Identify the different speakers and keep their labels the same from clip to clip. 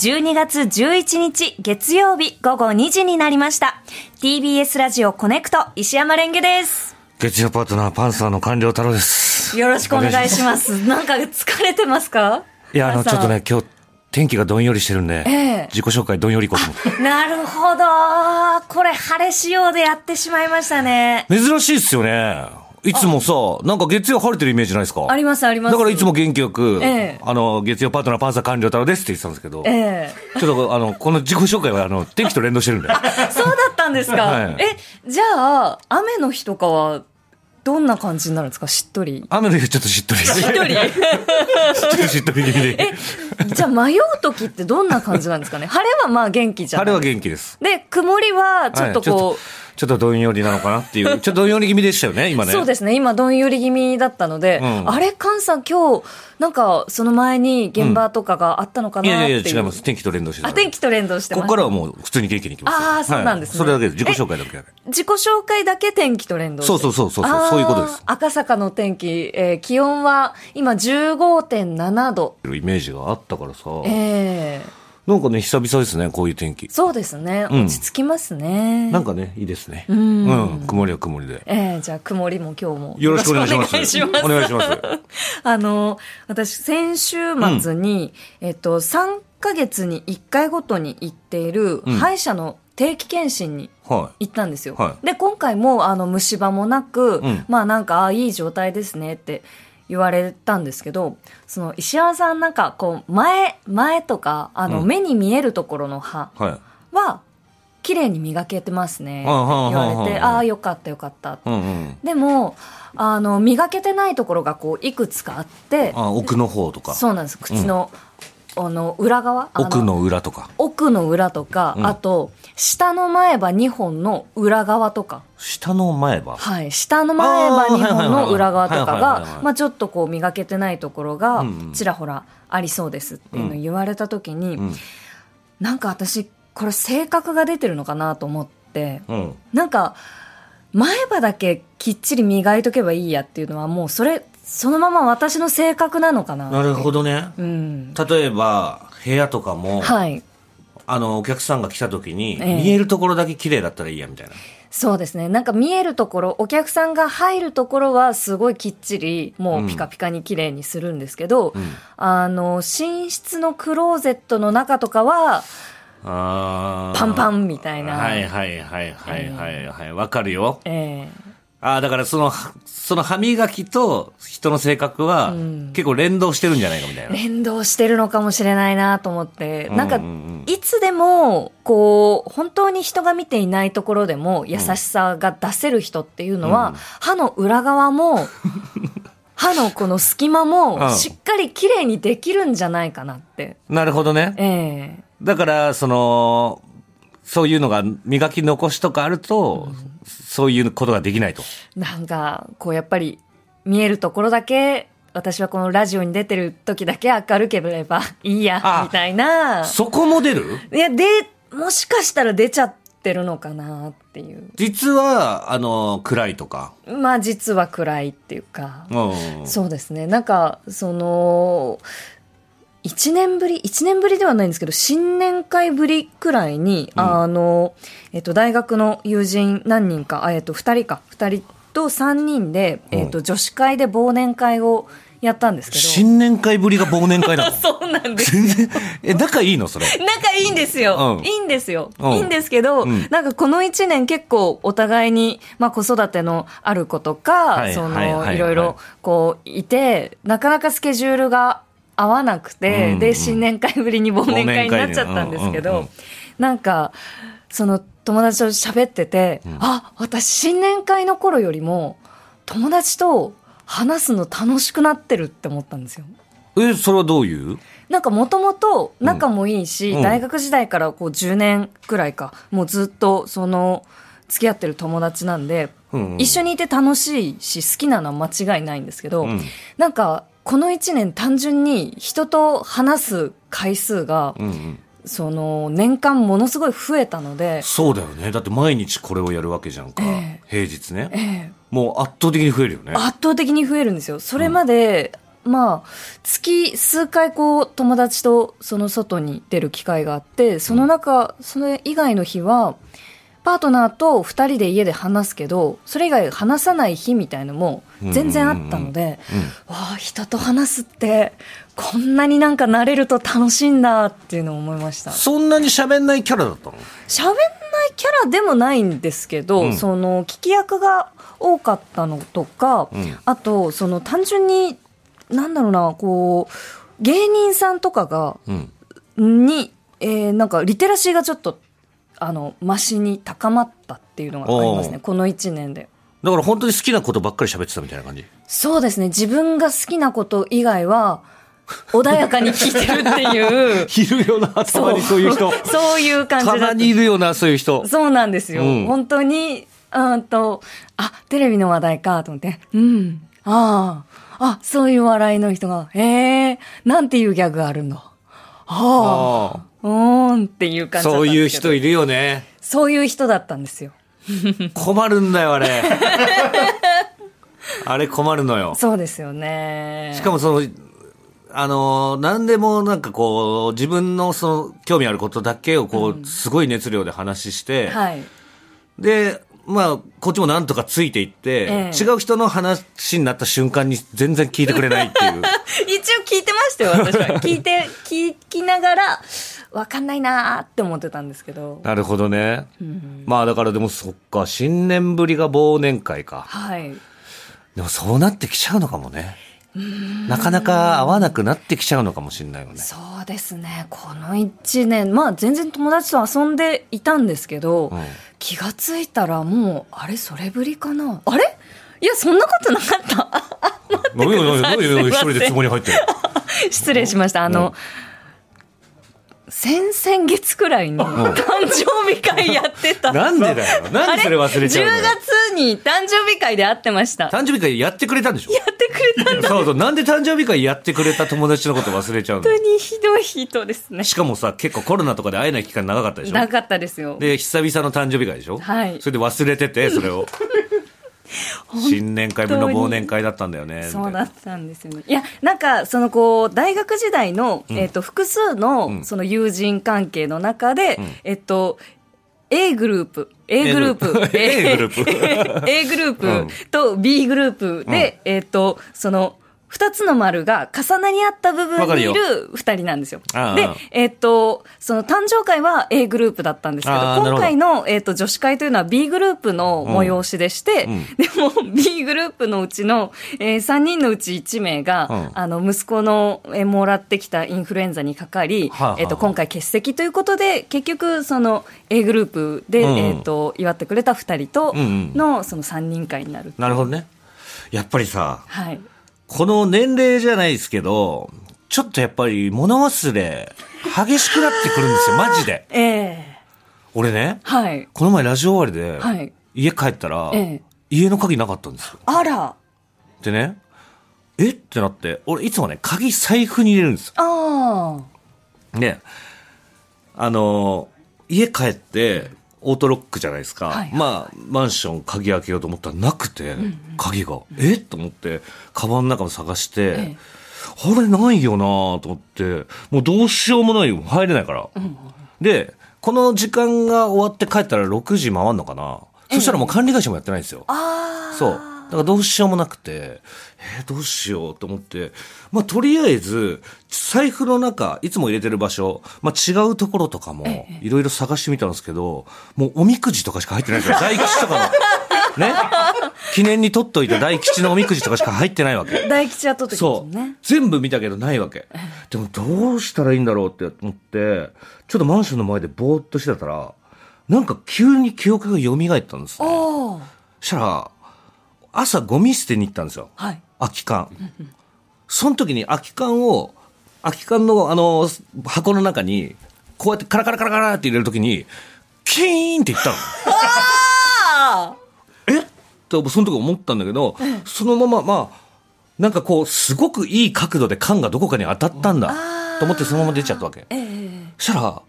Speaker 1: 12月11日月曜日午後2時になりました。TBS ラジオコネクト石山レンゲです。
Speaker 2: 月曜パートナーパンサーの官僚太郎です。
Speaker 1: よろしくお願いします。なんか疲れてますか
Speaker 2: いや、あの、ちょ
Speaker 1: 皆
Speaker 2: っ
Speaker 1: さ
Speaker 2: と
Speaker 1: ん
Speaker 2: ね、今日、天気がどんよりしてるんで、
Speaker 1: え
Speaker 2: 自己紹介どんよりいこうと思っ
Speaker 1: なるほど。これ晴れ仕様でやってしまいましたね。
Speaker 2: て。珍しいっすよね。いつもさ、なんか月曜晴れてるイメージないですか
Speaker 1: ありますあります。
Speaker 2: だからいつも元気よく、
Speaker 1: ええ
Speaker 2: あの、月曜パートナーパンサー官僚太郎ですって言ってたんですけど、
Speaker 1: ええ
Speaker 2: ちょっと、あの、この自己紹介は、あの、天気と連動し てるんで。
Speaker 1: そうだったんですか、
Speaker 2: はい
Speaker 1: え、じゃあ、雨の日とかは、どんな感じになるんですかしっとり。
Speaker 2: 雨の日はちょっとしっとり。しっとり ちょっとしっとり気味で。
Speaker 1: じゃあ、迷う時ってどんな感じなんですかね晴れはまあ元気じゃん。
Speaker 2: 晴れは元気です。
Speaker 1: で、曇りは、ちょっと
Speaker 2: は
Speaker 1: こ
Speaker 2: いちょっとちょっとどんよりなのかなっていう、ちょっとどんより気味でしたよね、今
Speaker 1: う、
Speaker 2: ね。
Speaker 1: そうですね、今、どんより気味だったので、
Speaker 2: うん
Speaker 1: あれ、菅さん、今日、なんか、その前に現場とかがあったのか
Speaker 2: い
Speaker 1: なって
Speaker 2: や
Speaker 1: いう。
Speaker 2: いやいや、違います。天気と連動して
Speaker 1: あ、天気と連動して
Speaker 2: こ
Speaker 1: ま
Speaker 2: こ
Speaker 1: す。
Speaker 2: からはもう普通に元気にいきますよ。
Speaker 1: あーそうなんですね
Speaker 2: はいそれだけで、自己紹介だけだね。
Speaker 1: 自己紹介だけ天気と連動して
Speaker 2: そうそうそうそうそう
Speaker 1: あー
Speaker 2: そういうことです
Speaker 1: 赤坂の天気、えー気温は今15.7度。
Speaker 2: イメージがあったからさ、
Speaker 1: ええ
Speaker 2: なんかね、久々ですね、こういう天気。
Speaker 1: そうですね。
Speaker 2: うん
Speaker 1: 落ち着きますね。
Speaker 2: なんかね、いいですね。うんん。曇りは曇りで。
Speaker 1: ええじゃあ曇りも今日も。
Speaker 2: よろしくお願いします。
Speaker 1: よろしくお願
Speaker 2: お願
Speaker 1: い
Speaker 2: い
Speaker 1: し
Speaker 2: し
Speaker 1: ま。
Speaker 2: ますす。
Speaker 1: あの、私、先週末に、えっと、3ヶ月に1回ごとに行っている、
Speaker 2: うん
Speaker 1: 歯医者の定期検診に
Speaker 2: は
Speaker 1: 行ったんですよ。
Speaker 2: は
Speaker 1: で、今回も、あの、虫歯もなく、
Speaker 2: うん
Speaker 1: まあなんか、あいい状態ですねって言われたんですけど、その、石原さんなんか、こう、前、前とか、あの、
Speaker 2: うん
Speaker 1: 目に見えるところの歯
Speaker 2: い。は
Speaker 1: は、綺麗に磨けてますねって
Speaker 2: あはあ
Speaker 1: 言
Speaker 2: はあ
Speaker 1: われて、
Speaker 2: はあ
Speaker 1: ああ、よかったよかった。
Speaker 2: い。うんうん。
Speaker 1: でも、あの、磨けてないところが、こう、いくつかあって、
Speaker 2: あ、奥の方とか、
Speaker 1: そうなんです。口の、あの、裏側あ
Speaker 2: 奥の裏とか、
Speaker 1: 奥の裏とか、
Speaker 2: うん
Speaker 1: あと、下の前歯2本の裏側とか。
Speaker 2: 下の前歯。
Speaker 1: はい、下の前歯2本の裏側とか
Speaker 2: はいはいはいはいはいは
Speaker 1: が
Speaker 2: いは、い
Speaker 1: まあ、ちょっとこう磨けてないところが
Speaker 2: うんうん
Speaker 1: ちらほらありそうですっていうのを言われた時に、
Speaker 2: うん。
Speaker 1: なんか私これ性格が出てるのかなと思って
Speaker 2: うん。
Speaker 1: なんか前歯だけきっちり磨いとけばいいやっていうのはもうそれそのまま私の性格なのかな
Speaker 2: なるほ
Speaker 1: ど、
Speaker 2: どね。
Speaker 1: うん、
Speaker 2: 例えば、部屋とかも、
Speaker 1: はい
Speaker 2: あの、お客さんが来た時に、
Speaker 1: ええ
Speaker 2: 見えるところだけ綺麗だったらいいや、みたいな。
Speaker 1: そうですねなんか見えるところお客さんが入るところはすごいきっちりもうピカピカに綺麗にするんですけど、
Speaker 2: うん。
Speaker 1: あの、寝室のクローゼットの中とかは、
Speaker 2: あー
Speaker 1: パンパンみたいな
Speaker 2: はいはいはいはいはいはい。わかるよ。
Speaker 1: ええ
Speaker 2: ああ、だからその、その歯磨きと人の性格は、
Speaker 1: うん
Speaker 2: 結構連動してるんじゃないかみたい な。
Speaker 1: 連動してるのかもしれないなと思って、なんか
Speaker 2: う、ん
Speaker 1: いつでも、こう、本当に人が見ていないところでも優しさが出せる人っていうのは、
Speaker 2: うん
Speaker 1: 歯の裏側 も、歯のこの隙間
Speaker 2: う
Speaker 1: も、
Speaker 2: ん
Speaker 1: しっかり綺麗にできるんじゃないかなって。
Speaker 2: なるほどね。
Speaker 1: ええ
Speaker 2: だから、その、そういうのが磨き残しとかあると、そういうことができないと。
Speaker 1: なんか、こうやっぱり、見えるところだけ、私はこのラジオに出てる時だけ明るければ いいや、
Speaker 2: あ
Speaker 1: みたいな。
Speaker 2: そこも出る
Speaker 1: いや、で、もしかしたら出ちゃってるのかなっていう。
Speaker 2: 実は、あの、暗いとか。
Speaker 1: まあ、実は暗いっていうか。
Speaker 2: うん。
Speaker 1: そうですね。なんか、その、一年ぶり、一年ぶりではないんですけど、新年会ぶりくらいに、
Speaker 2: うん
Speaker 1: あの、えっと、大学の友人何人か、あえっと、二人か、二人と三人で、
Speaker 2: うん
Speaker 1: えっと、女子会で忘年会をやったんですけど。
Speaker 2: 新年会ぶりが忘年 会なの
Speaker 1: そうなんです
Speaker 2: 全然、え、仲いいのそれ。
Speaker 1: 仲いいんですよ。
Speaker 2: うん
Speaker 1: いいんですよ。
Speaker 2: うん
Speaker 1: いいんですけど、
Speaker 2: うん
Speaker 1: なんかこの一年結構お互いに、まあ子育てのある子とか、
Speaker 2: はい
Speaker 1: その、
Speaker 2: はい
Speaker 1: い
Speaker 2: はいはい
Speaker 1: ろいろこういて、なかなかスケジュールが合わなくて、
Speaker 2: うんう
Speaker 1: で、
Speaker 2: ん
Speaker 1: 新年会ぶりに忘年会になっちゃったんですけど、
Speaker 2: 忘年会ねうんうんうん
Speaker 1: なんか、その友達と喋ってて、
Speaker 2: ん
Speaker 1: あ、私新年会の頃よりも友達と話すの楽しくなってるって思ったんですよ。
Speaker 2: え、それはどういう
Speaker 1: なんかもともと仲もいいし、
Speaker 2: うん
Speaker 1: 大学時代からこう10年くらいか、もうずっとその、付き合ってる友達なんで、
Speaker 2: うんうん
Speaker 1: 一緒にいて楽しいし、好きなのは間違いないんですけど、
Speaker 2: うん
Speaker 1: なんか、この1年単純に人と話す回数が、
Speaker 2: うんうん。
Speaker 1: その、年間ものすごい増えたので、
Speaker 2: そうだよね。だって毎日これをやるわけじゃんか。
Speaker 1: え
Speaker 2: 平日ね。
Speaker 1: ええ
Speaker 2: もう圧倒的に増えるよね。
Speaker 1: 圧倒的に増えるんですよ。それまで、まあ、月数回こう、友達とその外に出る機会があって、その中、それ以外の日は、パートナーと二人で家で話すけど、それ以外話さない日みたいのも全然あったので、わあ、人と話すって、こんなになんか慣れると楽しいんだっていうのを思いました。
Speaker 2: そんなに喋んないキャラだったの
Speaker 1: 喋んないキャラでもないんですけど、
Speaker 2: うん
Speaker 1: その聞き役が多かったのとか、
Speaker 2: うん
Speaker 1: あとその単純になんだろうなこう芸人さんとかが
Speaker 2: うん。
Speaker 1: に、えーなんかリテラシーがちょっとあのマシに高まったっていうのがありますね
Speaker 2: おー
Speaker 1: この1年で。
Speaker 2: だから本当に好きなことばっかり喋ってたみたいな 感じ。
Speaker 1: そうですね自分が好きなこと以外は穏やかに聞いてるっていう
Speaker 2: いるよな、たまにそういう人。
Speaker 1: そういう感じだ
Speaker 2: た
Speaker 1: った
Speaker 2: まにいるよな、そういう人。
Speaker 1: そうなんですよ。
Speaker 2: うん
Speaker 1: 本当に、うんと、あ、テレビの話題かと思って、うん、ああ、あ、そういう笑いの人が、へえ、なんていうギャグがあるんだ。ああ、
Speaker 2: あ
Speaker 1: うーんっていう感
Speaker 2: あ
Speaker 1: じだった
Speaker 2: そ
Speaker 1: ん
Speaker 2: ういう
Speaker 1: ですけど。
Speaker 2: 人いるよね。
Speaker 1: そういう人だったんですよ。
Speaker 2: 困るんだよ、あ れ。あれ困るのよ。
Speaker 1: そうですよね。
Speaker 2: しか
Speaker 1: も、
Speaker 2: もその、あの、何でもなんかこう、自分のその、興味あることだけをこう、すごい熱量で話して、
Speaker 1: はい。
Speaker 2: で、まあ、こっちもなんとかついていって
Speaker 1: え、え
Speaker 2: 違う人の話になった瞬間に全然聞いてくれないって いう。
Speaker 1: 一応聞いてましたよ、私 は。聞いて、聞きながら、わかんないなーって思ってたんですけど。
Speaker 2: なるほどね。まあだからでもそっか、新年ぶりが忘年会か。
Speaker 1: はい。
Speaker 2: でもそうなってきちゃうのかもね。なかなか会わなくなってきちゃうのかもしれないよね。
Speaker 1: そうですね、この1年、まあ、全然友達と遊んでいたんですけど、
Speaker 2: うん
Speaker 1: 気がついたら、もう、あれ、それぶりかな、あれいや、そんなことなかった、
Speaker 2: 何よ何よ何よ
Speaker 1: すいません
Speaker 2: 一人で壺に入っ てる。
Speaker 1: 失礼しました、あの、先々月くらいに誕生日会やってた、
Speaker 2: なんでだよ。なんでそれ忘れちゃうの
Speaker 1: 10
Speaker 2: よ。
Speaker 1: 月に誕生日会で会ってました。や
Speaker 2: 誕生日会やってくれたんでしょ
Speaker 1: ってくれた本
Speaker 2: そうそう。なんで誕生日会やってくれた友達のこと忘れちゃうの
Speaker 1: 当にひどい人ですね。
Speaker 2: しかもさ、結構コロナとかで会えない期間長かったでしょ
Speaker 1: なかったですよ。
Speaker 2: で、久々の誕生日会でしょ
Speaker 1: はい
Speaker 2: それで忘れてて、そ れを。新年会分の忘年会だったんだよね。
Speaker 1: そうだ
Speaker 2: だ。
Speaker 1: ったんですよね。いや、なんか、そのこう、大学時代の、えっと、複数の、その友人関係の中で、えっと、A グループ、A グループ、
Speaker 2: A グルー プ
Speaker 1: A グル
Speaker 2: うん
Speaker 1: ープと B グループで、えっと、その、二つの丸が重なり合った部
Speaker 2: わか
Speaker 1: 分
Speaker 2: る
Speaker 1: にい
Speaker 2: よ
Speaker 1: る二人なんですよ。
Speaker 2: ああ
Speaker 1: で、えっと、その誕生会は A グループだったんですけど、
Speaker 2: ああなるほど
Speaker 1: 今回の、えっと、女子会というのは B グループの催しでして、
Speaker 2: うんうん
Speaker 1: でも B グループのうちの、え3人のうち1名が、
Speaker 2: うん
Speaker 1: あの息子の、えーもらってきたインフルエンザにかかり、
Speaker 2: はあはあ
Speaker 1: えー、と今回欠席ということで結局その A グループで、
Speaker 2: うんうん
Speaker 1: えー、と祝ってくれた2人と
Speaker 2: うんうん
Speaker 1: の,、その3人会になる。
Speaker 2: なるほどね。やっぱりさ、
Speaker 1: はい、
Speaker 2: この年齢じゃないですけど、ちょっとやっぱり物忘れ、激しくなってくるんですよ、マジで。
Speaker 1: ええ
Speaker 2: 俺ね、
Speaker 1: はい、
Speaker 2: この前ラジオ終わりで、
Speaker 1: はい
Speaker 2: 家帰ったら、
Speaker 1: ええ
Speaker 2: 家の鍵なかったんですよ。
Speaker 1: あら
Speaker 2: でね、えってなって、俺いつもね、鍵財布に入れるんです
Speaker 1: ああ
Speaker 2: よ。ね、あのー家帰って、オートロックじゃないですか。
Speaker 1: はい
Speaker 2: まあ、マンション鍵開けようと思ったらなくて、鍵が。えと思って、カバンの中も探して、
Speaker 1: ええ
Speaker 2: あれないよなと思って、もうどうしようもないよ。入れないから。で、この時間が終わって帰ったら6時回んのかな、そしたらもう管理会社もやってないんですよ。
Speaker 1: ああ
Speaker 2: そう。だからどうしようもなくて、えーどうしようと思って、まあとりあえず、財布の中、いつも入れてる場所、まあ違うところとかも、いろいろ探してみたんですけど、もうおみくじとかしか入ってないんですよ。大吉とか の。ね。記念に取っといた大吉のおみくじとかしか入ってないわけ。
Speaker 1: 大吉は取ってきます
Speaker 2: そ
Speaker 1: もん
Speaker 2: う
Speaker 1: ね。
Speaker 2: 全部見たけどないわけ。でもどうしたらいいんだろうって思って、ちょっとマンションの前でぼーっとしてたら、なんか急に記憶が蘇ったんですね。
Speaker 1: おー
Speaker 2: そしたら、朝ゴミ捨てに行ったんですよ。
Speaker 1: はい
Speaker 2: 空き缶。その時に空き缶を、空き缶のあの、箱の中に、こうやってカラカラカラカラって入れる時に、キーンっていったの。
Speaker 1: あ
Speaker 2: えってその時思ったんだけど、そのまままあなんかこうすごくいい角度で缶がどこかに当たったんだと思ってそのまま出ちゃったわけ
Speaker 1: ーええ
Speaker 2: そしたら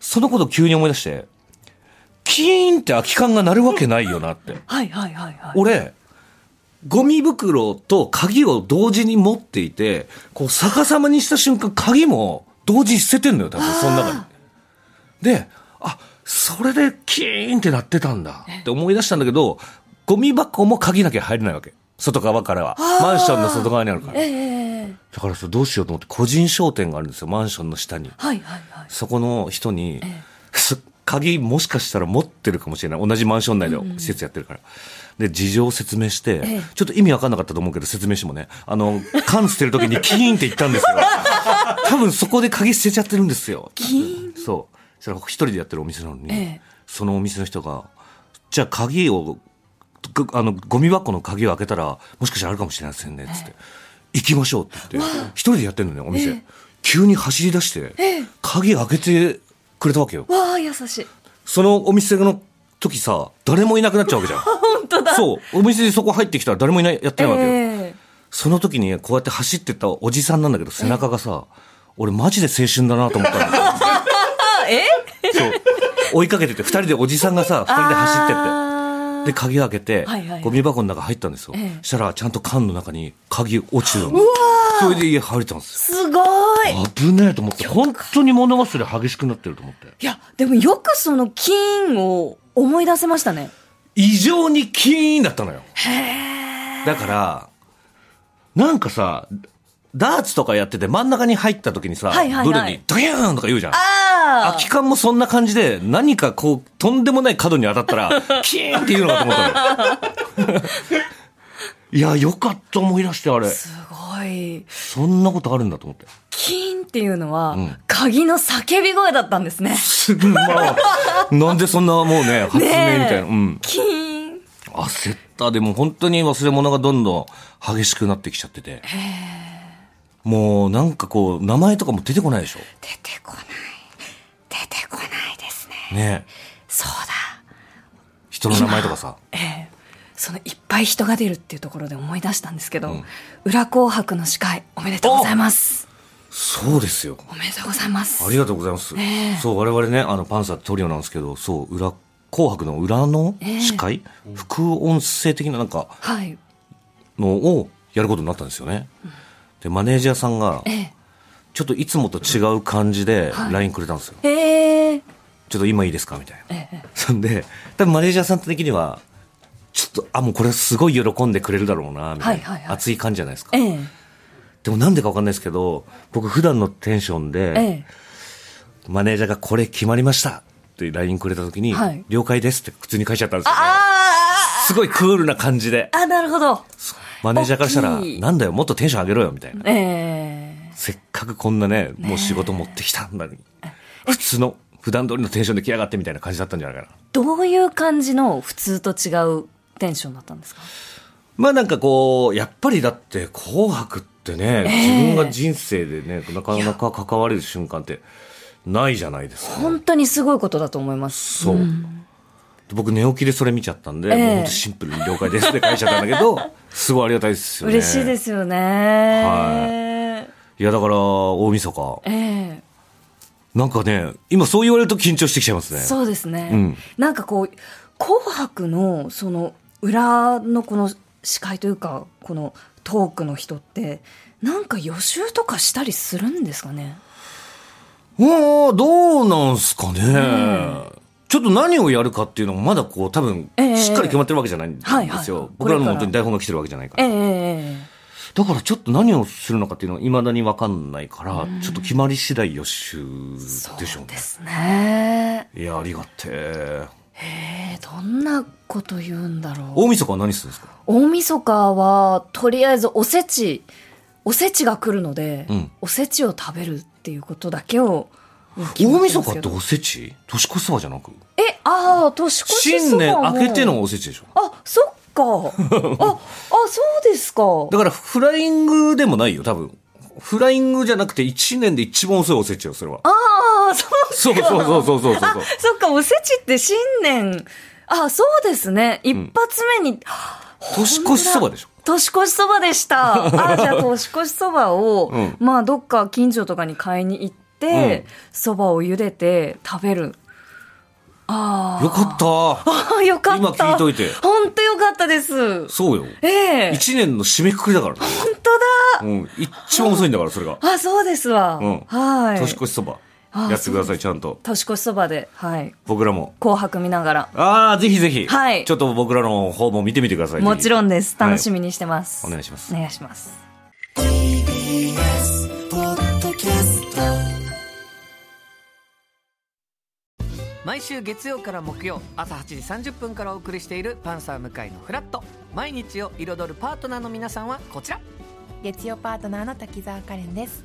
Speaker 2: そのことを急に思い出してキーンって空き缶が鳴るわけないよなって
Speaker 1: はいはいはいはい
Speaker 2: 俺ゴミ袋と鍵を同時に持っていて、こう逆さまにした瞬間、鍵も同時に捨ててんのよ、多分、その中に。で、あ、それでキーンってなってたんだって思い出したんだけど、ゴミ箱も鍵なきゃ入れないわけ。外側からは。マンションの外側にあるから。
Speaker 1: ええ
Speaker 2: だからそれどうしようと思って、個人商店があるんですよ、マンションの下に。
Speaker 1: はいはいはい。
Speaker 2: そこの人に
Speaker 1: え、
Speaker 2: す鍵もしかしたら持ってるかもしれない。同じマンション内で施設やってるから。で、事情を説明して、
Speaker 1: ええ
Speaker 2: ちょっと意味わかんなかったと思うけど、説明してもね、あの、缶捨てる時にキーンって言ったんですよ。多分そこで鍵捨てちゃってるんですよ。
Speaker 1: キー
Speaker 2: そう。そしたら一人でやってるお店なのに、
Speaker 1: ええ
Speaker 2: そのお店の人が、じゃあ鍵を、ぐあの、ゴミ箱の鍵を開けたら、もしかしたらあるかもしれませんね、つって。行きましょうって言って、一人でやってるのね、お店。
Speaker 1: ええ
Speaker 2: 急に走り出して、
Speaker 1: ええ
Speaker 2: 鍵開けてくれたわけよ。
Speaker 1: わあ、優しい。
Speaker 2: そのお店の時さ、誰もいなくなっちゃうわけじゃん。 本当だ。そう。お店にそこ入ってきたら誰もいない、やってないわけよ。
Speaker 1: ええ
Speaker 2: その時にこうやって走ってったおじさんなんだけど、背中がさ、俺マジで青春だなと思った んだよ。
Speaker 1: あ、え
Speaker 2: そう。追いかけてて、二人でおじさんがさ、二人で走ってって。
Speaker 1: あー
Speaker 2: で、鍵開けて
Speaker 1: はいはいはい、
Speaker 2: ゴミ箱の中入ったんですよ
Speaker 1: ええ。
Speaker 2: したら、ちゃんと缶の中に鍵落ちてたの。それで家入れたんです
Speaker 1: すごい
Speaker 2: よ。危ねえと思って、本当に物忘れ激しくなってると思って。
Speaker 1: いや、でもよくそのキーンを思い出せましたね。
Speaker 2: 異常にキーンだったのよ。だから、なんかさ、ダーツとかやってて真ん中に入った時にさ、
Speaker 1: はいはいはい
Speaker 2: ブルにドキューンとか言うじゃん。空
Speaker 1: あ
Speaker 2: き缶もそんな感じで、何かこう、とんでもない角に当たっ たら、キーンって言うのかと思ったの。いや、よかった思い出して、あれ。
Speaker 1: すごい。
Speaker 2: そんなことあるんだと思って。
Speaker 1: キーンっていうのは、
Speaker 2: ん
Speaker 1: 鍵の叫び声だったんですね。
Speaker 2: すぐ、まあ、なんでそんなもう ね、発明みたいな。
Speaker 1: ねえ
Speaker 2: うん。
Speaker 1: キーン。
Speaker 2: 焦った。でも本当に忘れ物がどんどん激しくなってきちゃってて。もうなんかこう、名前とかも出てこないでしょ。
Speaker 1: 出てこない。出てこないですね。
Speaker 2: ねえ
Speaker 1: そうだ。
Speaker 2: 人の名前とかさ。
Speaker 1: ええそのいっぱい人が出るっていうところで思い出したんですけど、裏紅白の司会、おめでとうございます。
Speaker 2: そうですよ。
Speaker 1: おめでとうございます。
Speaker 2: ありがとうございます。
Speaker 1: ええ
Speaker 2: そう、我々ね、あの、パンサーってトリオなんですけど、そう、裏、紅白の裏の司会、副音声的ななんか、
Speaker 1: はい。
Speaker 2: のをやることになったんですよね。で、マネージャーさんが
Speaker 1: え、え
Speaker 2: ちょっといつもと違う感じで
Speaker 1: はい
Speaker 2: LINE くれたんですよ。
Speaker 1: ええ
Speaker 2: ちょっと今いいですかみたいな。
Speaker 1: ええ
Speaker 2: そんで、多分マネージャーさん的には、ちょっと、あ、もうこれすごい喜んでくれるだろうな、みたいな、
Speaker 1: はいはいはい
Speaker 2: 熱い感じじゃないですか。
Speaker 1: ええ
Speaker 2: でもなんでかわかんないですけど、僕普段のテンションで、
Speaker 1: ええ
Speaker 2: マネージャーがこれ決まりましたって LINE くれた時に、
Speaker 1: はい
Speaker 2: 了解ですって普通に書いちゃったんですよ、ね。
Speaker 1: あ
Speaker 2: すごいクールな感じで
Speaker 1: あ。あ、なるほど。
Speaker 2: マネージャーからしたら、
Speaker 1: 大きい
Speaker 2: なんだよ、もっとテンション上げろよ、みたいな。
Speaker 1: ええ
Speaker 2: せっかくこんなね、もう仕事持ってきたんだのに。普通の、普段通りのテンションで来やがってみたいな感じだったんじゃないかな。
Speaker 1: どういう感じの普通と違うテンションだったんですか
Speaker 2: まあなんかこう、やっぱりだって、紅白ってね、自分が人生でね、なかなか関われる瞬間ってないじゃないですか。
Speaker 1: 本当にすごいことだと思います。
Speaker 2: そう。僕寝起きでそれ見ちゃったんで、
Speaker 1: ええ
Speaker 2: もう本当シンプルに了解ですって書いちゃったんだ けど、すごいありがたいですよね。。
Speaker 1: 嬉しいですすよね。
Speaker 2: いやだから、大晦日。
Speaker 1: ええ
Speaker 2: なんかね、今そう言われると緊張してきちゃいますね。
Speaker 1: そうですね、
Speaker 2: うん
Speaker 1: なんかこう、紅白のその裏のこの司会というか、このトークの人って、なんか予習とかしたりするんですかね
Speaker 2: おーどうなんすかね、
Speaker 1: ん
Speaker 2: ちょっと何をやるかっていうのもまだこう多分
Speaker 1: ええ
Speaker 2: しっかり決まってるわけじゃないんですよ、
Speaker 1: はいはい
Speaker 2: 僕らの
Speaker 1: これから
Speaker 2: 本当に台本が来てるわけじゃないから、
Speaker 1: ええええ
Speaker 2: だからちょっと何をするのかっていうのはいまだに分かんないから、ちょっと決まり次第予習
Speaker 1: そう
Speaker 2: でしょうね
Speaker 1: ですね。
Speaker 2: いやありがてえ
Speaker 1: ええどんなこと言うんだろう。
Speaker 2: 大晦日は何するんですか
Speaker 1: 大晦日はとりあえずおせちおせちが来るので、
Speaker 2: うん
Speaker 1: おせちを食べるっていうことだけを
Speaker 2: 大晦日って
Speaker 1: う
Speaker 2: おせち年越しそばじゃなく
Speaker 1: えああ年越しそば
Speaker 2: 新年
Speaker 1: も
Speaker 2: 明けてのおせちでしょ
Speaker 1: あそっ かああそうですか
Speaker 2: だからフライングでもないよ多分フライングじゃなくて1年で一番遅いおせちよそれは
Speaker 1: ああそ
Speaker 2: そうそうそうそうそうそうそう
Speaker 1: そっかおせちって新年あそうですね一発目に、
Speaker 2: 年越しそばでしょ
Speaker 1: 年越しそばでした。あじゃ あ年越しそばを、
Speaker 2: うん
Speaker 1: まあどっか近所とかに買いに行って
Speaker 2: うん、
Speaker 1: そばを茹でて食べる。ああ。
Speaker 2: よかった。
Speaker 1: ああ、 よかった。
Speaker 2: 今聞いといて
Speaker 1: 本当よかったです。
Speaker 2: そうよ。
Speaker 1: ええ
Speaker 2: 一年の締めくくりだからね。
Speaker 1: 本当だ。
Speaker 2: うん。一番遅いんだから、それが。
Speaker 1: あ、そうですわ。
Speaker 2: うん
Speaker 1: はい。
Speaker 2: 年越しそば。
Speaker 1: あ
Speaker 2: やってください、ちゃんと。
Speaker 1: 年越しそばで、はい。
Speaker 2: 僕らも。
Speaker 1: 紅白見ながら。
Speaker 2: ああ、ぜひぜひ。
Speaker 1: はい
Speaker 2: ちょっと僕らの方も見てみてください。
Speaker 1: もちろ
Speaker 2: ん。
Speaker 1: んです。
Speaker 2: はい
Speaker 1: 楽しみにしてます。
Speaker 2: お願いします
Speaker 1: お願いします。
Speaker 3: 毎週月曜から木曜朝8時30分からお送りしている「パンサー向井のフラット」毎日を彩るパートナーの皆さんはこちら
Speaker 4: 月曜パートナーの滝沢カレンです